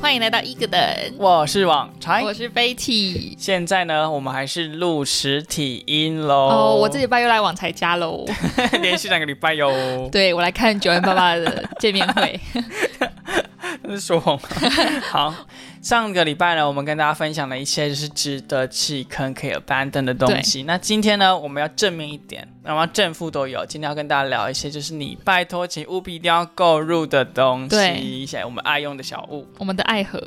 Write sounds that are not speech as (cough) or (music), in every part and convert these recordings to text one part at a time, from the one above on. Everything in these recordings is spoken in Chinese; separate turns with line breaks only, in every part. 欢迎来到一个人，
我是网柴
我。是 Betty。
现在呢，我们还是录实体音喽。
哦，我这礼拜又来网才家喽。
(laughs) 连续两个礼拜哟。
(laughs) 对，我来看九零八八的见面会。
对，说谎。 (laughs) 好，上个礼拜呢，我们跟大家分享了一些就是值得弃坑可以 abandon 的东西。那今天呢，我们要正面一点，那么正负都有。今天要跟大家聊一些，就是你拜托，请务必一定要购入的东
对
西，一些我们爱用的小物。
我们的爱河，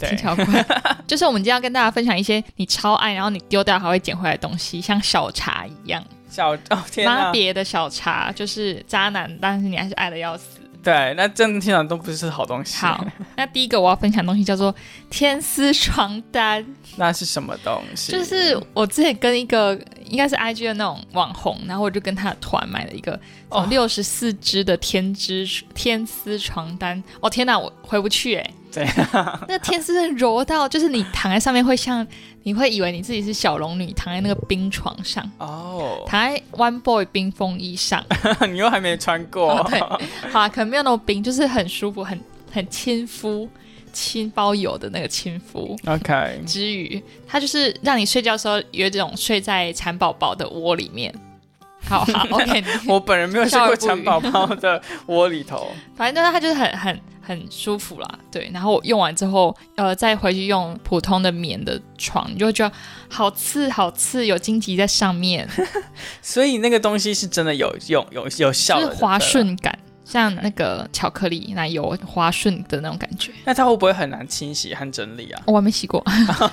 对
听起来好怪。就是我们今天要跟大家分享一些你超爱，然后你丢掉还会捡回来的东西，像小茶一样，
小 (laughs) 哦天
妈
哪，
别的小茶，就是渣男，但是你还是爱的要死。
对，那真的听讲都不是好东西。
好，那第一个我要分享的东西叫做天丝床单，
(laughs) 那是什么东西？
就是我之前跟一个应该是 IG 的那种网红，然后我就跟他的团买了一个
哦
六十四支的天之天丝床单。哦天哪，我回不去哎、
对
(laughs) 那天丝是柔到，就是你躺在上面会像，你会以为你自己是小龙女躺在那个冰床上，
哦，
躺在 One Boy 冰风衣上。
你又还没穿过。
哦对，好啊，可能没有那么冰，就是很舒服，很很亲肤，亲包邮的那个亲肤。
(laughs) OK，
之余，它就是让你睡觉的时候有一种睡在蚕宝宝的窝里面。好 (laughs) 好，OK，你
我本人没有睡过蚕宝宝的窝里头。
反正就是它就是很很很舒服啦，对。然后我用完之后，呃，再回去用普通的棉的床，你就会觉得好刺好刺，有荆棘在上面，
(laughs) 所以那个东西是真的有用、有有效
就
的，
是滑
对不对。
顺感，像那个巧克力奶油滑顺的那种 (laughs) 感觉。哦
那它会不会很难清洗和整理啊？
我还没洗 (laughs) 过，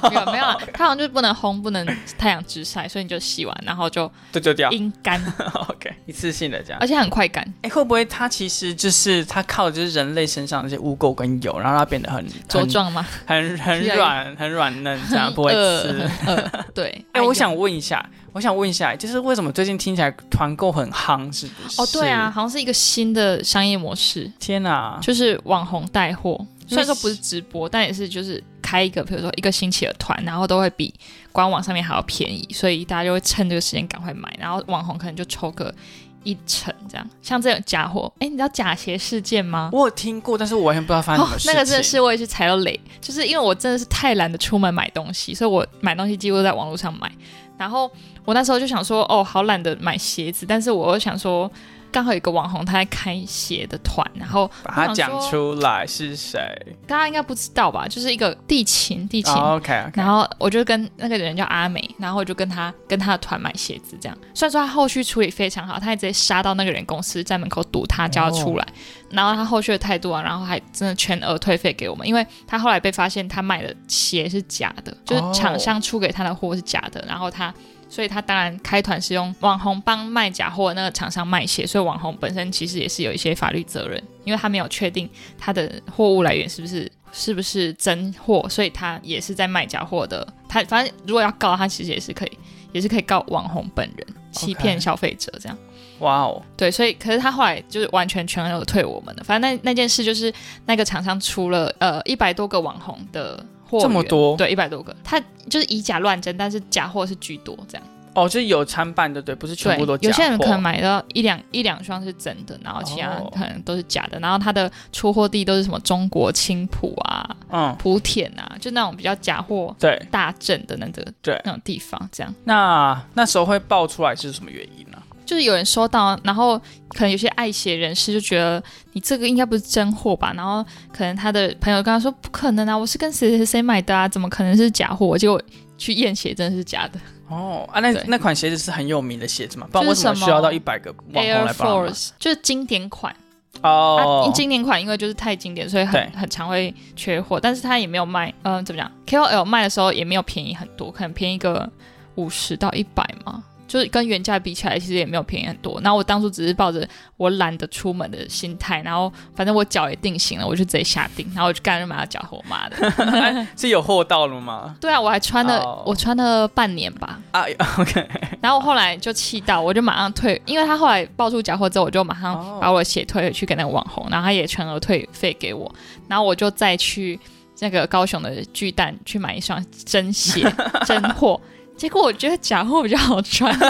没有没有啊，它好像就是不能烘，不能太阳直晒，所以你就洗完然后就
对对对啊
阴干，
(laughs) ，OK，一次性的这样
而。且很快干。
哎，会不会它其实就是它靠的就是人类身上的这些污垢跟油，然后它变得很
茁、壮吗？
很很很软、很软嫩，
(laughs)
这样不会
饿
吃。
很
(laughs)
饿呃对。
哎，
呦
我想问一下，我想问一下，就是为什么最近听起来团购很夯，是不是？
哦，对啊，，好像是一个新的商业模式，
天哪！
就是网红带货。虽
啊因为
然说不是直播，但也是就是开一个，比如说一个星期的团，然后都会比官网上面还要便宜，所以大家就会趁这个时间赶快买，然后网红可能就抽个一成这样。像这种假货，哎，你知道假鞋事件吗？
(laughs) 我有听过，但是我完全不知道发生什么事情。
哦那个真的是我也是踩到雷，就是因为我真的是太懒得出门买东西，所以我买东西几乎都在网络上买。然后我那时候就想说，哦，好懒得买鞋子，但是我又想说，刚好有一个网红他在开鞋的团，然后
把它
我想
讲
说
出来是谁。
大家应该不知道吧，就是一个地勤，地勤。
o k OK，
然后我就跟那个人叫阿美，然后我就跟他跟他的团买鞋子，这样。虽然说他后续处理非常好，他也直接杀到那个人公司，在门口堵他，叫他出来。然后他后续的态度啊，然后还真的全额退费给我们，因为他后来被发现他买的鞋是假的，就是厂商出给他的货是假的，然后他。所以他当然开团是用网红帮卖假货的那个厂商卖鞋，所以网红本身其实也是有一些法律责任，因为他没有确定他的货物来源是不是是不是真货，所以他也是在卖假货的。他反正如果要告他，其实也是可以，也是可以告网红本人欺骗消费者这样。
哇哦，
对，所以可是他后来就是完全全额退我们的。反正那那件事就是那个厂商出了呃一百多个网红的货源，
这么多
对，一百多个，他就是以假乱真，但是假货是居多这样。
哦，就是有参半的，对，不是全部都
对，
假
有些人
货
可能买到一两一两双是真的，然后其他
哦
可能都是假的。然后他的出货地都是什么中国青浦啊、
嗯，
莆田啊，就那种比较假货
对
大镇的那个
对。
那种地方，这样
那那时候会爆出来是什么原因呢、
就是有人收到，然后可能有些爱鞋人士就觉得你这个应该不是真货吧，然后可能他的朋友跟他说不可能啊，我是跟谁谁谁买的啊，怎么可能是假货？结果去验鞋真的是假的
哦啊，那
对
那款鞋子是很有名的鞋子嘛，不然
就
为
是
什么
什么
需要到一百个网红
，Air
来帮我买？
Force 就是经典款。啊
哦，，
经典款因为就是太经典，所以很
对
很常会缺货，但是它也没有卖，嗯、怎么讲？KOL 卖的时候也没有便宜很多，可能便宜个五十到一百嘛，就是跟原价比起来，其实也没有便宜很多。然后我当初只是抱着我懒得出门的心态，然后反正我脚也定型了，我就直接下定，然后我就干脆买到假货，
(laughs)
妈的！
是有货到了吗？
对啊，我还穿了
哦
我穿了半年吧，
啊，OK， (laughs)
然后我后来就气到，我就马上退，因为他后来爆出假货之后，我就马上
哦
把我的鞋退回去给那个网红，然后他也全额退费给我，然后我就再去那个高雄的巨蛋去买一双真
(laughs)
鞋真货。结果我觉得假货比较好穿。
(laughs) 等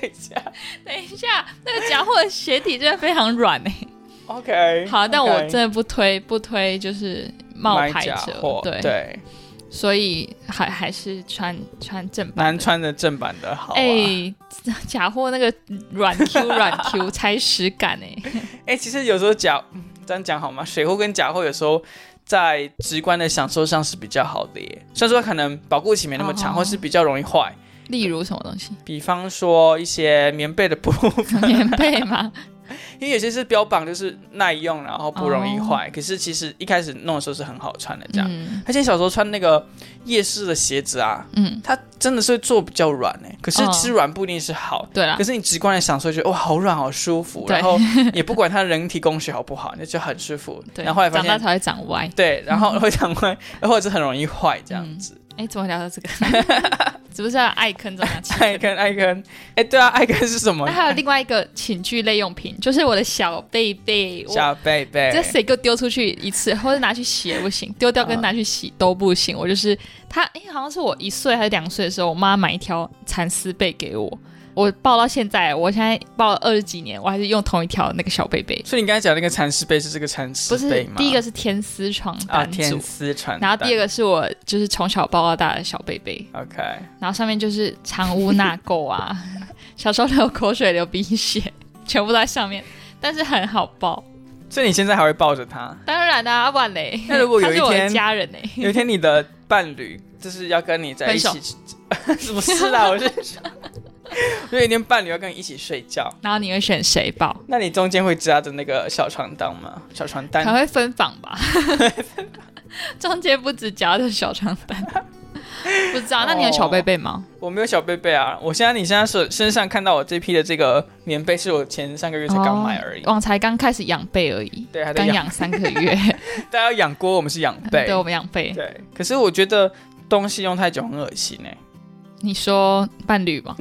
一下
等一下，那个假货的鞋底真的非常软诶、欸
，OK，
好，但我
OK
真的不推不推，就是冒
买
牌
假
者
货，，
对，
对，
所以还还是穿穿正版的。
难穿的正版的好啊。
哎、假货那个软 Q 软 Q 踩屎感哎、
(laughs) 哎、其实有时候假嗯这样讲好吗？水货跟假货有时候在直观的享受上是比较好的耶，虽然说可能保护期没那么长，
哦
或是比较容易坏。
例如什么东西？
比方说一些棉被的部分， (laughs)
棉被吗？
因为有些是标榜就是耐用，然后不容易坏，可是其实一开始弄的时候是很好穿的这样。
哦嗯
而且小时候穿那个夜市的鞋子啊，
嗯，
它真的是会做比较软哎、可是
哦
吃软不一定是好。
对啦
可，是你直观的享受，觉得哇，好软，好舒服，
对
然后也不管它人体工学好不好，那就很舒服。
对，
然后后来发
长大
现，
才会长歪。
对，然后会长歪，或者是很容易坏这样子。
哎、怎么聊到这个？
(laughs)
是不是要爱坑这样？
艾根，艾根，哎，对啊，艾根是什么
嗯那？还有另外一个寝具类用品，就是我的小贝贝，我
小贝贝，
这谁给我丢出去一次， (laughs) 或者拿去洗也不行，丢掉跟
啊
拿去洗都不行。我就是他，哎、好像是我一岁还是两岁的时候，我妈买一条蚕丝被给我，我抱到现在，我现在抱了二十几年，我还是用同一条那个小贝贝。
所以你刚才讲那个蚕丝被是这个蚕丝
不是
被吗？
第一个是天丝床
啊，
单组，
天丝传
然
单，
后第二
个
个是我就是从小抱到大的小贝贝，
OK，
然后上面就是藏污纳垢
(laughs)
啊，小时候流口水、流鼻血，全部都在上面，但是很好抱。
所以你现在还会抱着它？
当然啦、啊，万雷，
那如果有一
他是我的
天
家人欸呢、
有一天你的伴侣就是要跟你在一
分
起， (laughs) 什么事啊？我是想，如果有一天伴侣要跟你一起睡觉，
然后你会选谁抱？
那你中间会扎着那个小床单吗？小床
可能
单，
会分房吧， (laughs) 中间不止夹着小床单， (laughs) 不知道。那你有小贝贝吗？
我没有小贝贝啊。我现在你现在手身上看到我这批的这个棉被，是我前三个月才刚买而已。
我才刚开始养贝而已，
对，还哦在
刚
养，
养三个
(laughs)
月。
大家要养锅，我们是养被。
对，我们养贝。
对，可是我觉得东西用太久很恶心哎、
你说伴侣
(laughs)
吗？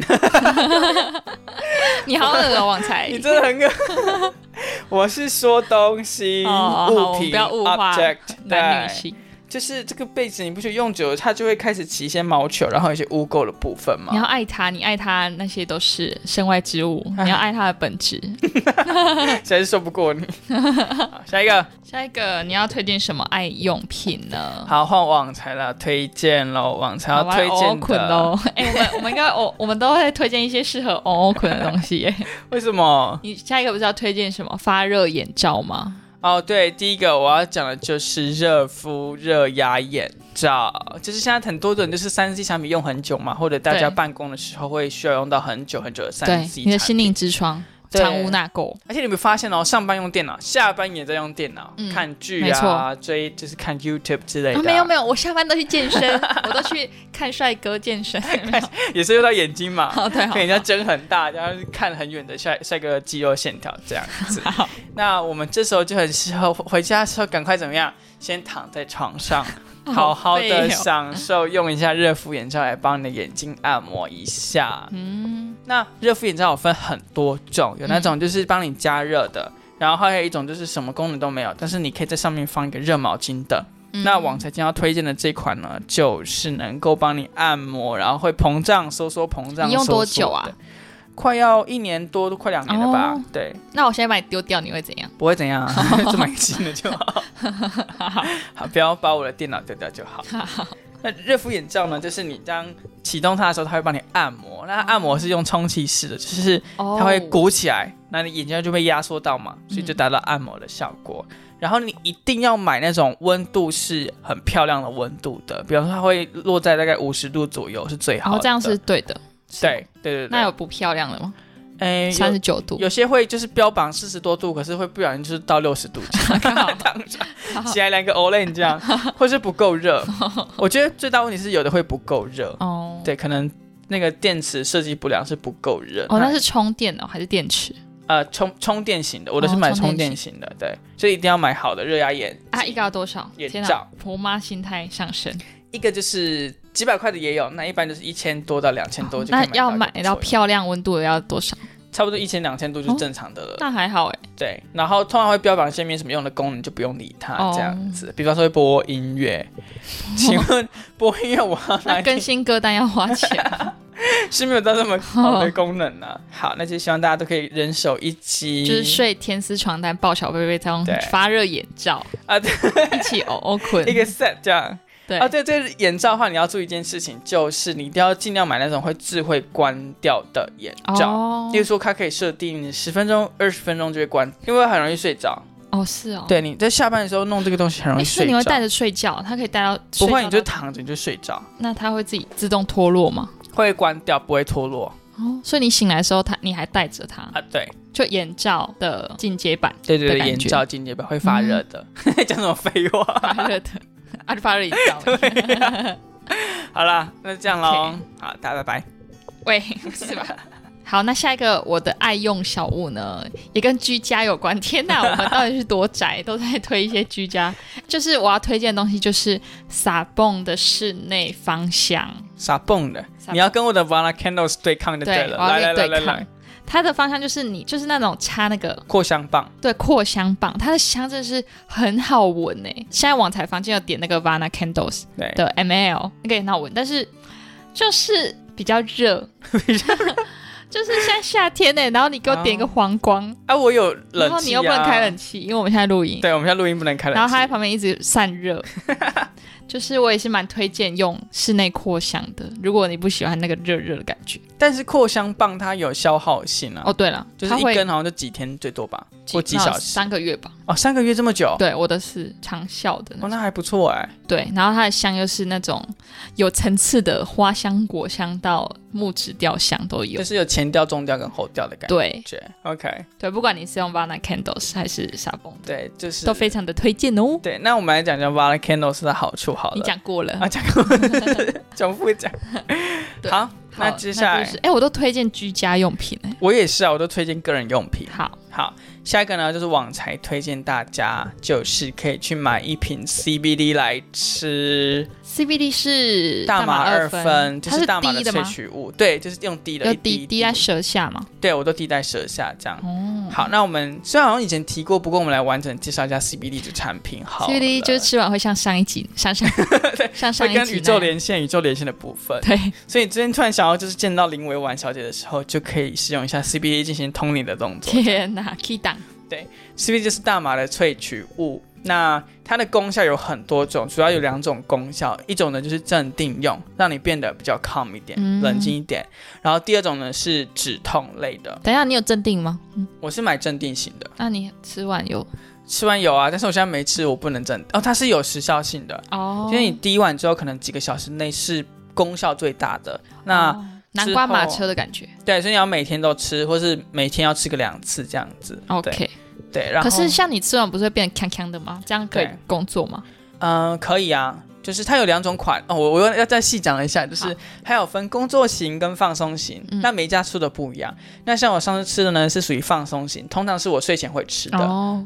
你好恶哦，旺财
(laughs) 你。真的很可。 (laughs) 我是说东西、
哦好我
物
们
品、
不要物化
object，
(laughs) 男女
对，
性，
就是这个被子，你不觉得用久了它就会开始起一些毛球，然后有一些污垢的部分吗？
你要爱他，你爱他那些都是身外之物，
唉
你要爱他的本质。
实在是说
(laughs)
不过你。好下一个，
下一个你要推荐什么爱用品呢？
好换旺财了，推荐喽，旺财要
好吧，
推
欧欧
荐
捆
的。
喽。 (laughs) 哎、我们我们应该我我们都会推荐一些适合欧欧捆的东西
(laughs)
耶。
为什么？
你下一个不是要推荐什么发热眼罩吗？
哦，对，第一个我要讲的就是热敷、热压眼罩，就是现在很多人就是三 C 产品用很久嘛，或者大家
对
办公的时候会需要用到很久很久的三
对
C，
你的心灵之窗，
对
藏污纳垢。
而且你有没有发现哦，上班用电脑，下班也在用电脑、
嗯
看剧
没
啊，
错
追就是看 YouTube 之类的、
啊，没有没
有，
有，我下班都去健
(laughs)
身，我都去看帅哥健身。 (laughs)
也是用到眼睛嘛。
好，对，好
给人家睁很大，然后看很远的帅帅哥的肌肉线条这样
(laughs)
子。
好
那我们这时候就很适合回家的时候赶快怎么样？先躺在床上，
好
好好
废哦
的享受，用一下热敷眼罩来帮你的眼睛按摩一下。
嗯，
那热敷眼罩有分很多种，有那种就是帮你加热的，
嗯
然后还有一种就是什么功能都没有，但是你可以在上面放一个热毛巾的。
嗯
那网财经要推荐的这款呢，就是能够帮你按摩，然后会膨胀收缩膨胀。
你用多久啊
收缩的？快要一年多，快两年了吧？
哦
对，
那我现在把你丢掉，你会怎样？
不会怎样，
(laughs)
就买新的就好。 (laughs) 好，不要把我的电脑丢掉就
(laughs)
好。那热敷眼罩呢，就是你当启动它的时候，它会帮你按摩。那它按摩是用充气式的，就是
哦嗯
它会鼓起来，那你眼睛就被压缩到嘛，所以就达到按摩的效果。然后你一定要买那种温度是很漂亮的温度的，比方说它会落在大概五十度左右是最
然
好的。
哦后这样是对的。
对对对对。
那有不漂亮的吗？
哎
三
有
十九度，
有些会就是标榜四十多度，可是会不小心就是到六十度这
(laughs)
样 (laughs) 当场起来两个 orange 这样，或是不够
(laughs)
热。我觉得最大问题是有的会不够热，
哦，
对，可能那个电池设计不良是不够热。
哦，那是充电的还是电池？
呃充充电型的，我的是
哦
买充
充
电
电
型的，对，所以一定要买好的热压眼
啊，
机
一个要多少？
眼
天
罩
哪，婆妈心态上升。
一个就是几百块的也有，那一般就是一千多到两千多就可以
哦那要
买
买
一个
到哦
不错的
漂亮温度的要多少？
差不多一千两千多就是正常的了，
(laughs) 那还好哎、
对。然后通常会标榜一些没什么用的功能，就不用理它
哦
这样子。比方说会播
(laughs)
音乐，请问播音乐我要
那 (laughs)
来 (laughs)
更新歌单要花钱，
是没有到这么好的功能
(laughs)
呢、啊。好，那就希望大家都可以人手一机，
就是睡天丝床单、抱小贝贝这种
对
发热眼罩
啊，对，
一起偶偶捆
(laughs) 一。个 set 这样。
对
啊，对对，眼罩的话你要注意一件事情，就是你一定要尽量买那种会智慧关掉的眼罩。
哦
例如说，它可以设定十分钟、二十分钟就会关，因为很容易睡着。
哦是哦，
对，你在下班的时候弄这个东西很容易
诶所以
睡着。
你会带着睡觉，它可以带到
不
睡
会
觉
你就
到
躺着你就睡着，
那它会自己自动脱落吗？
会关掉不会脱落
哦，所以你醒来的时候，它你还带着它，
啊。对
就眼罩的进阶版
对对
的
对，
感
眼
觉嗯
罩进阶版会发热的，
(laughs)
讲什么废话？
发热的， (laughs) 啊就发热眼罩。
(laughs) 啊
(laughs)
好啦，那就这样喽。好，大家拜拜。
(laughs) 喂，是
(laughs)
吧？好，那下一个我的爱用小物呢，也跟居家有关。天哪，我们到底是多
(laughs)
宅，都在推一些居家。就是我要推荐的东西，就是撒泵的室内芳香。
傻蹦的，
傻蹦
你要跟我的 Vana Candles 对抗就
对，
了。
我
来
要
来来
跟你
来
对抗
来，。
它的芳香就是你，就是那种插那个
扩香棒，
对扩香棒，它的香真的是很好闻诶。现在网才房间有点那个 Vana Candles
对，
的 ML，那个也很好闻，但是就是比较热，
(laughs)
就是像夏天呢、然后你给我点一个
哦
黄光，
啊，我有冷气、啊，
然后你又不能开冷气，因为我们现在录音，
对，我们现在录音不能开冷气。
然后它在旁边一直散
(laughs)
热，就是我也是蛮推荐用室内扩香的，如果你不喜欢那个热热的感觉。
但是扩香棒它有消耗性啊，
哦，对了，
就是
它
一
会呃
根好像就几天最多吧，或几小时。
三个月吧。
哦，三个月这么久，
对，我的是长效的那
哦，
种，
那还不错哎、
对，然后它的香又是那种有层次的花香、果香到木质调香都有
就。是有前调、中调跟后调的感
对
觉。OK，
对，不管你是用 Vana Candles 还是沙泵，
对，就是
都非常的推荐哦。
对。那我们来讲讲 Vana Candles 的好处好了。
你讲过了，
啊，讲过，重复讲。
(laughs) 对
好，
好
那接下来、
就是哎，我都推荐居家用品哎。
我也是啊，我都推荐个人用品。
好，
好，下一个呢就是网才推荐大家，就是可以去买一瓶 CBD 来吃
CBD 是
大麻二
分，
就
它
是大麻
低
的
的吗
萃？取物，对，就是用滴的，
要
一滴
滴滴在舌下嘛？
对我都滴在舌下这样。
哦
好，那我们虽然好像以前提过，不过我们来完整介绍一下 CBD 这产品好了。
，CBD 就是吃完会像上一集、上
(laughs)
上像上
会
一集
跟宇
那
宙
样
连线，宇宙连线的部分。
对
所以今天突然想要就是见到林维婉小姐的时候，就可以使用一下 CBD 进行通灵的动作。
天哪，Key 档
CBD 就是大麻的萃取物，那它的功效有很多种，主要有两种功效，一种呢就是镇定用，让你变得比较 calm 一点，
嗯
冷静一点；然后第二种呢是止痛类的，
等一下，你有镇定吗？嗯，
我是买镇定型的，
那你吃完有
吃完有啊，但是我现在没吃，我不能镇。哦，它是有时效性的，
哦
就是你滴完之后，可能几个小时内是功效最大的。那、
哦南瓜马车的感觉。
对，所以你要每天都吃，或是每天要吃个两次这样子。对
OK，
对，然后
可是像你吃完不是会变得康康的吗？这样可以
对
工作吗？
嗯、可以啊，就是它有两种款哦，我我要要再细讲一下，就
好
是它有分工作型跟放松型，
嗯
那每一家出的不一样。那像我上次吃的呢，是属于放松型，通常是我睡前会吃的。
哦，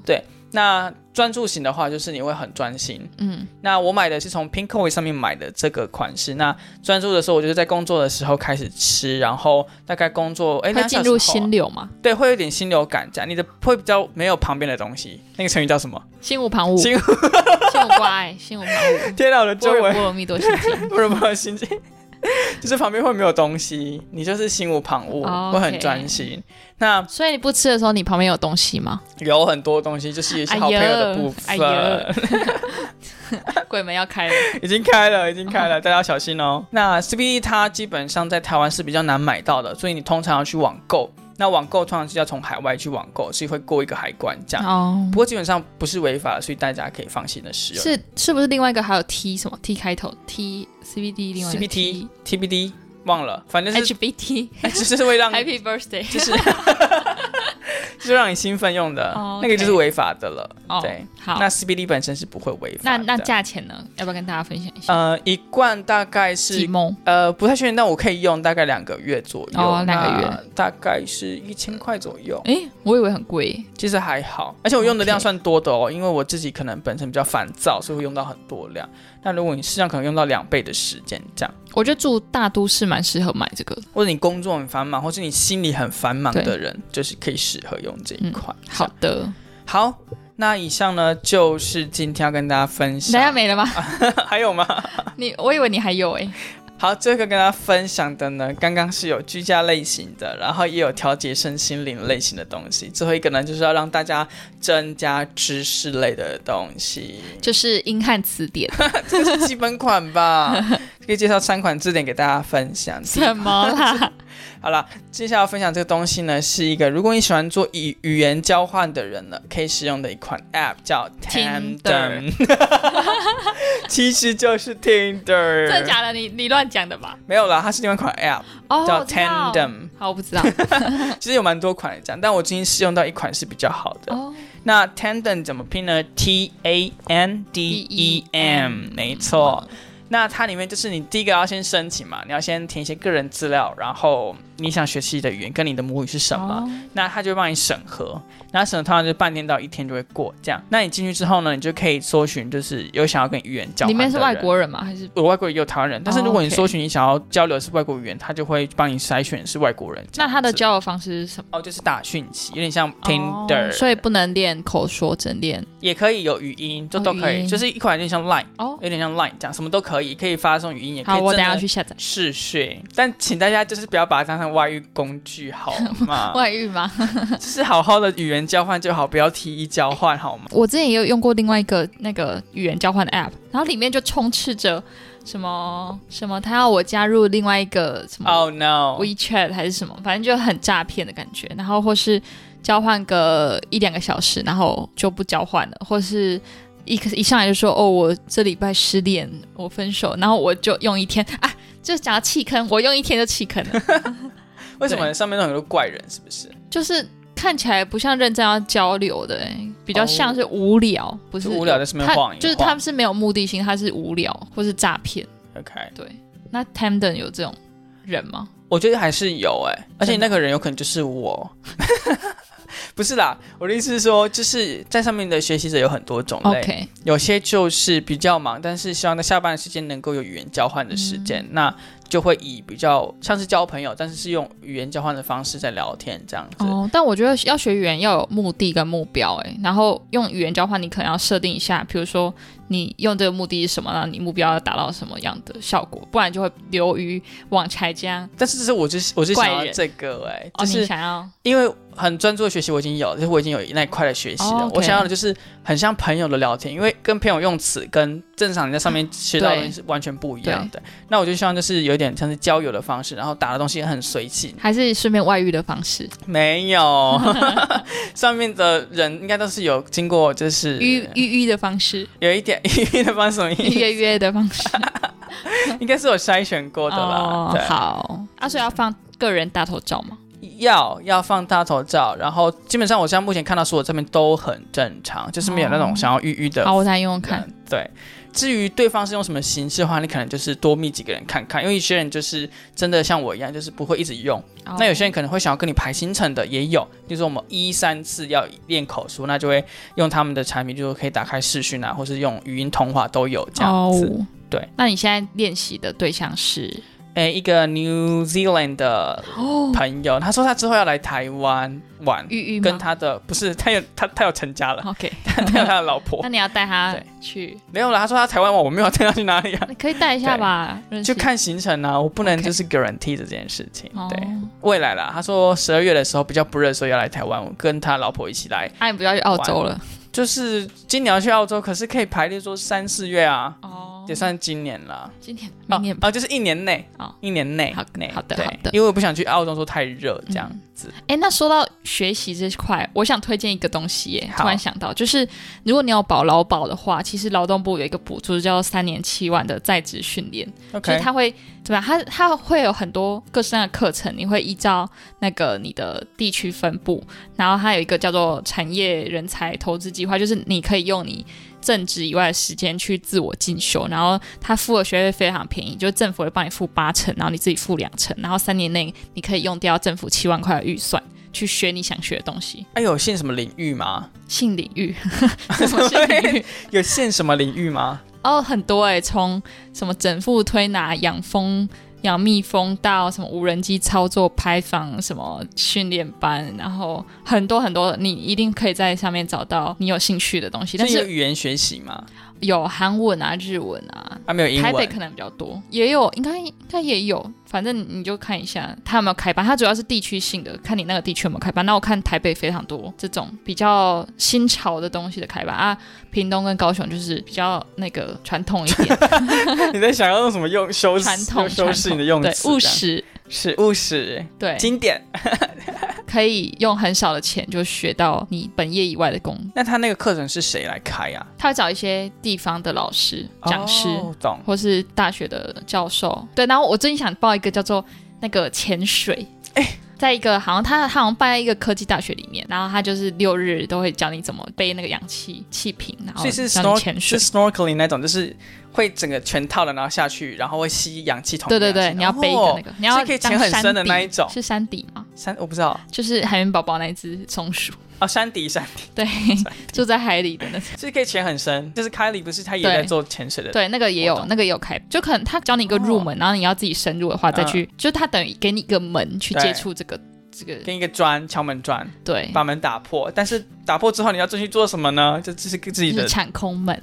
那专注型的话，就是你会很专心。
嗯，
那我买的是从 Pinkoi 上面买的这个款式。那专注的时候，我就是在工作的时候开始吃，然后大概工作哎，
会
两
进
小
入
时后啊
心流吗？
对，会有点心流感，这样你的会比较没有旁边的东西。那个成语叫什么？
心无旁骛，
心
(laughs) 心无挂碍，心无旁骛。
天哪，我的 (laughs) 周
波若
围
波罗蜜多心
(laughs)
经，
不是不是心情，就是旁边会没有东西，你就是心无旁骛
哦
会
OK
很专心。那
所以你不吃的时候，你旁边有东西吗？
有很多东西，就是有一些好朋友的部分，
哎呀鬼门要开了，
(laughs) 已经开了，已经
(laughs)
开了，大家要小心哦。那 CBD 它基本上在台湾是比较难买到的，所以你通常要去网购。那网购通常是要从海外去网购，所以会过一个海关这样。
哦
不，过基本上不是违法的，所以大家可以放心的使用。
是是不是另外一个还有 T 什么 T 开头 T CBD 另外一个
CBT、TBD 忘了，反正是
HBT
哎 (laughs) 就是会让
Happy Birthday
就是就是让你兴奋用的
哦，
那个就是
OK
违法的了。
(laughs) 哦
对，
好，
那 CBD 本身是不会违法
那
的。
那价钱呢？要不要跟大家分享一下？
呃，一罐大概
几
是
梦
呃不太确定，但我可以用大概两个月左右，
哦两个月，
大概是一千块左右，
诶，我以为很贵耶，
其实还好，而且我用的量
OK
算多的哦，因为我自己可能本身比较烦躁，所以会用到很多量。那如果你适量，可能用到两倍的时间这样，
我觉得住大都市蛮适合买这个的。
或者你工作很繁忙，或是你心里很繁忙
对
的人，就是可以适合用这一
嗯
款。
好的，
好，那以上呢就是今天要跟大家分享。
大家没了吗？
(laughs)
(laughs)
还有吗？
你我以为你还有诶。
好，这个跟大家分享的呢，刚刚是有居家类型的，然后也有调节身心灵类型的东西。最后一个呢，就是要让大家增加知识类的东西，
就是英汉词典，
这是基本款吧？可以介绍三款字典给大家分享。
(laughs) 什么 (laughs) 啦？
好了，接下来分享这个东西呢，是一个如果你喜欢做语语言交换的人呢，可以使用的一款 App 叫 Tandem，其实就是 Tinder。
真的假的？你你乱讲的吧？
没有啦，它是另外一款 App，、
哦、
叫
我知道
Tandem。
好，我不 (laughs) 知道。
其实有蛮多款来讲，但我最近试用到一款是比较好的。
哦，
那 Tandem 怎么拼呢？T A N D E M，没错。那它里面就是你第一个要先申请嘛，你要先填一些个人资料，然后你想学习的语言跟你的母语是什么，
哦
那它就会帮你审核。那审核通常就半天到一天就会过这样。那你进去之后呢，你就可以搜寻，就是有想要跟语言交
里
换的
面
人
是外。国人吗？还是
有外国人，也有台湾人，但是
哦
如果你
OK
搜寻你想要交流的是外国语言，它就会帮你筛选是外国人这
那
样子。
他的交友方式是什么
哦，就是打讯息，有点像 Tinder，、
哦所以不能练口说，只能练
也可以有语音，就
哦
都可
语
以，
音
就是一款有点像 Line，
哦。
有点像 Line 这样，什么都可以，可以发送语音，也可以
好，我
真
等一下
的
去下载
嗜血，但请大家就是不要把它当成外遇工具好
(laughs)
吗？
外遇吗？
就是好好的语言交换就好，不要提议交换好吗？
我之前也有用过另外一个那个语言交换的 app，然后里面就充斥着什么什么，他要我加入另外一个什么
哦 no，
WeChat 还是什么，反正就很诈骗的感觉。然后或是交换个一两个小时，然后就不交换了，或是一一上来就说哦，我这礼拜失恋，我分手，然后我就用一天 (laughs) 啊，就讲到弃坑，我用一天就弃坑了，
为什么上面那种都怪人是不是？
就是看起来不像认真要交流的、欸，比较
哦
像是无聊，不是
就无聊在上面晃一
他
晃
就是他们是没有目的性，他是无聊或是诈骗。
OK，
对，那 Tamden 有这种人吗？
我觉得还是有哎、而且
真的
那个人有可能就是我。 (laughs) 不是啦，我的意思是说，就是在上面的学习者有很多种类
OK，
有些就是比较忙，但是希望在下班的时间能够有语言交换的时间，
嗯
那就会以比较像是交朋友，但是是用语言交换的方式在聊天这样子。
哦，但我觉得要学语言要有目的跟目标，哎，然后用语言交换，你可能要设定一下，比如说你用这个目的是什么，然后你目标要达到什么样的效果，不然就会流于往柴这样。
但是这是我就是我就想
怪
要
人
这个哎、
哦，
就
你
是
想要
因为很专注的学习我已经有，就是我已经有那一块的学习了。
哦，OK
我想要的就是很像朋友的聊天，因为跟朋友用词跟正常你在上面学到的东西是完全不一样的。那我就希望就是有点像是交友的方式，然后打的东西也很随性，
还是顺便外遇的方式，
没
(laughs)
有，上面的人应该都是有经过，就是
约约约的方
(laughs)
式，
有一点一的方什么意思？
约约的方式。
应该是有筛选过的啦。
哦
对，，
好，啊，所以要放个人大头照吗？
要要放大头照，然后基本上我现在目前看到所有照片都很正常，就是没有那种
哦
想要郁郁的。
好，我再用用看。
嗯对，至于对方是用什么形式的话，你可能就是多密几个人看看，因为有些人就是真的像我一样，就是不会一直用。
哦
那有些人可能会想要跟你排行程的也有，比如说我们一三次要练口述，那就会用他们的产品，就是可以打开视讯啊，或是用语音通话都有这样子。
哦，
对。
那你现在练习的对象是
诶、一个 New Zealand 的
哦，
朋友，他说他之后要来台湾玩，
玉玉吗
跟他的不是他有他他有成家了，
？OK，
(laughs) 他有他的老婆
(laughs) 那，你要带他
对
去，
没有了。他说他台湾玩，我没有带他去哪里啊，
你可以带一下吧，认识
就看行程啊，我不能
OK
就是 guarantee 这件事情。
哦。
对，未来啦，他说十二月的时候比较不热的时候要来台湾，我跟他老婆一起来。
啊那你不要去澳洲了
就是今年要去澳洲，可是可以排列说三四月啊，
哦
也算今年啦。
今天
啊
明年吧。
啊，就是一年内
哦
一年内
好
内
好的
对
好的
因为我不想去澳洲说太热这样嗯子。
哎，那说到学习这块，我想推荐一个东西耶，
好
突然想到，就是如果你有保劳保的话，其实劳动部有一个补助叫三年七万的在职训练。就是
OK，
他会怎么样？他他会有很多各式各样的课程，你会依照那个你的地区分布，然后它有一个叫做产业人才投资计划，就是你可以用你正职以外的时间去自我进修，然后他付的学费非常便宜，就是政府会帮你付八成，然后你自己付两成，然后三年内你可以用掉政府七万块的预算去学你想学的东西。
哎、有限什么领域吗？
性领域， (laughs) 什么性领域？
有限什么领域吗？
哦，很多哎、从什么整腹推拿、养蜂、养蜜蜂到什么无人机操作、拍房、什么训练班，然后很多很多，你一定可以在上面找到你有兴趣的东西。但
所以有
是
语言学习吗？
有韩文啊、日文啊，
啊，没有英
台
文。
北可能比较多，也有，应该应该也有，反正你就看一下它有没有开班。它主要是地区性的，看你那个地区有没有开班。那我看台北非常多这种比较新潮的东西的开班啊，屏东跟高雄就是比较那个传统一点，
(laughs) 你在想要用什么用 (laughs) 修饰
传统
修
传
饰
统
你的用
对
词？
务
这样
实，
是务实，
对，
经典。
可以用很少的钱就学到你本业以外的功。
那他那个课程是谁来开呀、
他会找一些地方的老师、
啊？
讲师。
哦懂。
或是大学的教授。对，然后我最近想报一个叫做那个潜水，
哎
在一个好像他他好像办在一个科技大学里面，然后他就是六日都会教你怎么背那个氧气气瓶，然后
所以是
教
snor
你潜水
是。snorkeling 那种，就是会整个全套的，然后下去，然后会吸氧气筒的
对
氧
对
气。
对，你要背一个那
哦
个，你要
所以可以
当
潜很
山
深的
底
那一种
是山底吗？
山，我不知道
就是海绵宝宝那一只松鼠，
哦，山底山底，
对，住在海里的那
(laughs) 所以可以潜很深。就是凯里不是他也
对
在做潜水的，
对，那个也有
我懂，
那个也有开，就可能他教你一个入门，然后你要自己深入的话，再
嗯
去，就他等于给你一个门去接
对
触这个这个，
跟一个砖敲门砖
对，
把门打破，但是打破之后你要进去做什么呢？就这是自己
(laughs) 就
的
是铲空
(laughs)
门，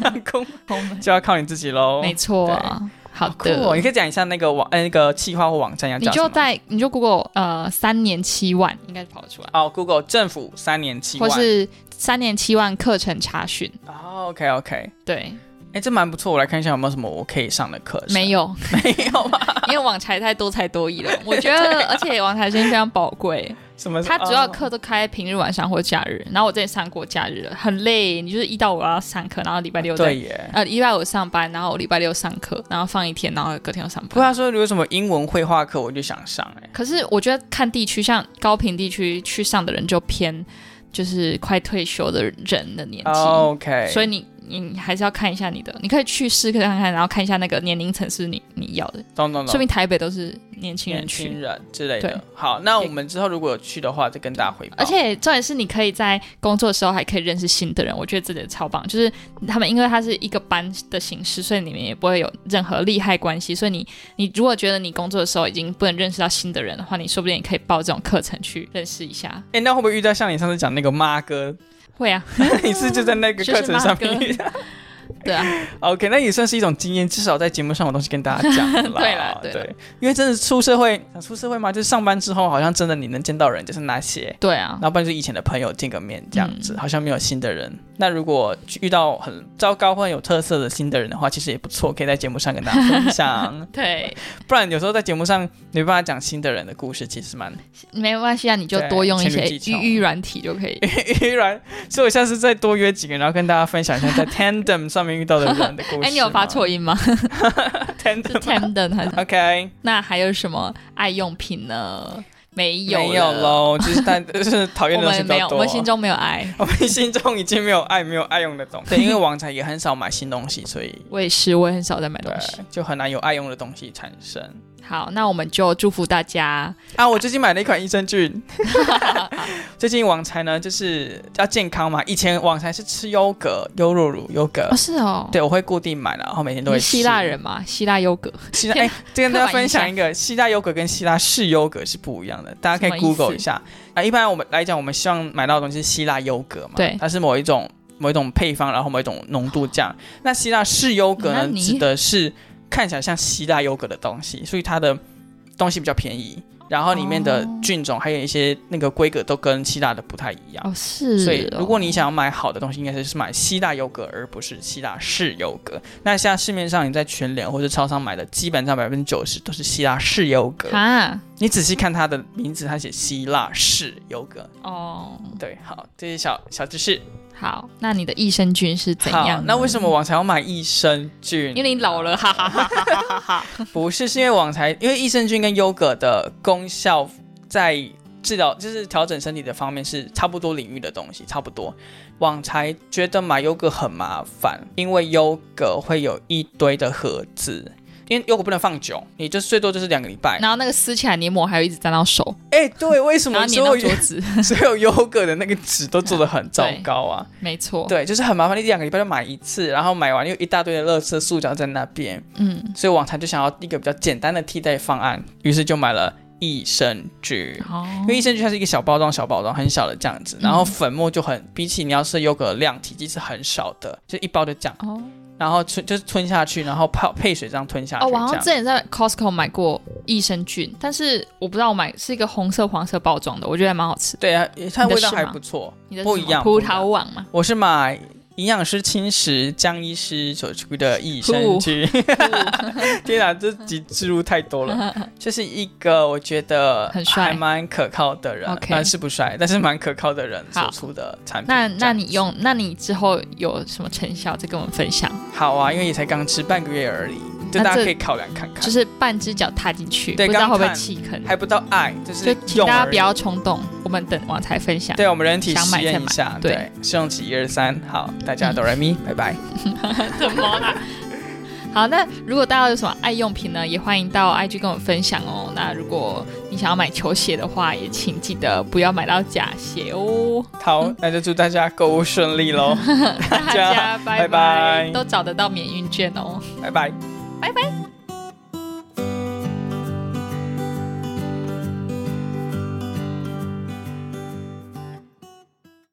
上空，
空门，
(laughs) 就要靠你自己喽。
没错啊。好
哦酷哦，你
的，
可以讲一下那个网，呃，那个企划或网站要
你
叫什
就
么？
在你就 Google 呃三年七万，应该跑得出来，
哦，Google 政府三年期
或
万。
是三年七万课程查询。
哦，OK OK，
对，
哎，这蛮不错，我来看一下有没有什么我可以上的课程。
没有，
(laughs) 没有吗？
因为网才太多才多
(laughs)
艺了。我觉得，而且网才先非常宝贵，
什么？
它主要
哦
课都开平日晚上或假日。然后我之前上过假日了，很累，你就是一到五要上课，然后礼拜六
对
再
耶。
呃礼拜五上班，然后我礼拜六上课，然后放一天，然后隔天又上班
不过。他说如果有什么英文绘画课，我就想上哎。
可是我觉得看地区，像高平地区去上的人就偏就是快退休的人的年纪，
哦 OK，
所以你你还是要看一下你的，你可以去试看看，然后看一下那个年龄层是你你要的，
懂懂懂。
说明台北都是年轻人
年
去
轻。人之类的
对。
好，那我们之后如果有去的话，再跟大家汇报。
而且重点是，你可以在工作的时候还可以认识新的人，我觉得这点超棒。就是他们因为他是一个班的形式，所以你们也不会有任何利害关系。所以你你如果觉得你工作的时候已经不能认识到新的人的话，你说不定也可以报这种课程去认识一 (laughs) 下。
哎，那会不会遇到像你上次讲那个
(laughs)
妈哥？ (laughs)
会啊，
你是就在那个课程上面
就是
遇到 (laughs)
对啊，
OK，那也算是一种经验，至少在节目上我都是跟大家讲的啦。
(laughs) 对啦对啦
对，因为真的出社会，出社会嘛，就是上班之后，好像真的你能见到人就是那些，
对啊，。
然后不然就是以前的朋友见个面这样子，好像没有新的人。那如果遇到很糟糕或很有特色的新的人的话，其实也不错，可以在节目上跟大家分享 (laughs)
对，
不然有时候在节目上没办法讲新的人的故事，其实蛮 (laughs)
没关系啊，你就
对
多用一
黔驴
些
技巧
预预软体就可以。
依然。所以我下次再多约几个人，然后跟大家分享一下在 (laughs) Tandem 上面遇到的人的故事吗。哎
哎，你有发
(laughs)
错音吗？是
Tandem？OK。
tandem (laughs) 还是？
OK
那还有什么爱用品呢？没有，
没 (laughs) 有。喽，就是但就是讨厌
我
的东西
们
比
没有，
较
我
多。
们心中没有爱。
我们心中已经没有爱，没有爱用的东西。对，因为网才也很少买新东西，所以
我也是，我也很少在买东
对
西。，
就很难有爱用的东西产生。
好，那我们就祝福大家。
(laughs) 啊，我最近买了一款益生菌。最近网才呢，就是要健康嘛。以前网才是吃优格、优酪乳、优格
哦，。是哦，
对，我会固定买，然后每天
你
都会
是
吃。
希腊人嘛，希腊优格，
希腊
天
哎，这跟大家
刻板
分
印象
享一个，希腊优格跟希腊式优格是不一样的，大家可
什么
以
意思
Google 一下。啊，一般我们来讲，我们希望买到的东西是希腊优格嘛，
对
它是某一种某一种配方，然后某一种浓度酱。那希腊式优格
那
呢，
你
指的是看起来像希腊优格的东西，所以它的东西比较便宜，然后里面的
哦
菌种还有一些那个规格都跟希腊的不太一样。
哦，是哦。
所以，如果你想要买好的东西，应该是买希腊优格，而不是希腊式优格。那现在市面上你在全联或者超商买的，基本上百分之九十都是希腊式优格。
啊，
你仔细看它的名字，它写希腊式优格。
哦，
对，好，这些小小知识。
好，那你的益生菌是怎
好
样？，
那为什
么？
么网才要买益生菌？
因为你老了，哈哈
(laughs)
哈哈哈哈。
不是，是因为网才，因为益生菌跟优格的功效在治疗，就是调整身体的方面是差不多领域的东西，差不多。网才觉得买优格很麻烦，因为优格会有一堆的盒子。因为优格不能放久，你就最多就是两个礼拜。
然后那个撕起来黏膜还有一直沾到手，
哎、对，为什
然
么
后黏
所
到
有
桌子， (laughs)
所有优格的那个纸都做的很糟糕啊？
没错。
对，就是很麻烦，你两个礼拜就买一次，然后买完又一大堆的垃圾塑胶在那边，
嗯，
所以网才就想要一个比较简单的替代方案，于是就买了益生菌。
哦，嗯
因为益生菌它是一个小包装、小包装，很小的这样子，然后粉末就很，比起你要吃优格的量，体积是很少的，就一包就这样，
哦
然后吞就是吞下去，然后泡配水这样吞下去，
哦，我
这
好像
样
之前在 Costco 买过益生菌，但是我不知道我买是一个红色黄色包装的，我觉得还蛮好吃。
对啊，它
你的
味道
是
还
吗
不错。
你的
不
是什
一
么
样不
葡
一样
萄网嘛，
我是买营养师青石江医师所出的益生
(laughs) 呼
菌。 (laughs) 天哪，这集植入太多了。就是一个我觉得
很帅
还蛮可靠的人，
OK
但是不帅，但是蛮可靠的人所
好
出的产品。
那
这
那
样
你用，那你之后有什么成效再跟我们分享？
好啊，因为也才刚吃半个月而已，就
那
大家
这
可以考量看看，
就是半只脚踏进去，不
对
知道
刚
会不会
看
弃坑，
还不到爱，就是
就请
用
大家
而
不
已
要冲动，我们等完才分享。
对我们人体
想
实
买再
验一
买
下，
对
对，试用期一二三，好，
(laughs)
大家哆来咪，拜拜。
怎么啦？ (laughs) 好，那如果大家有什么爱用品呢，也欢迎到 IG 跟我们分享哦。那如果你想要买球鞋的话，也请记得不要买到假鞋哦。 (laughs)
好，那就祝大家购物顺利喽，
大
家
家拜
拜拜
都找得到免运券哦。
拜拜。
拜拜。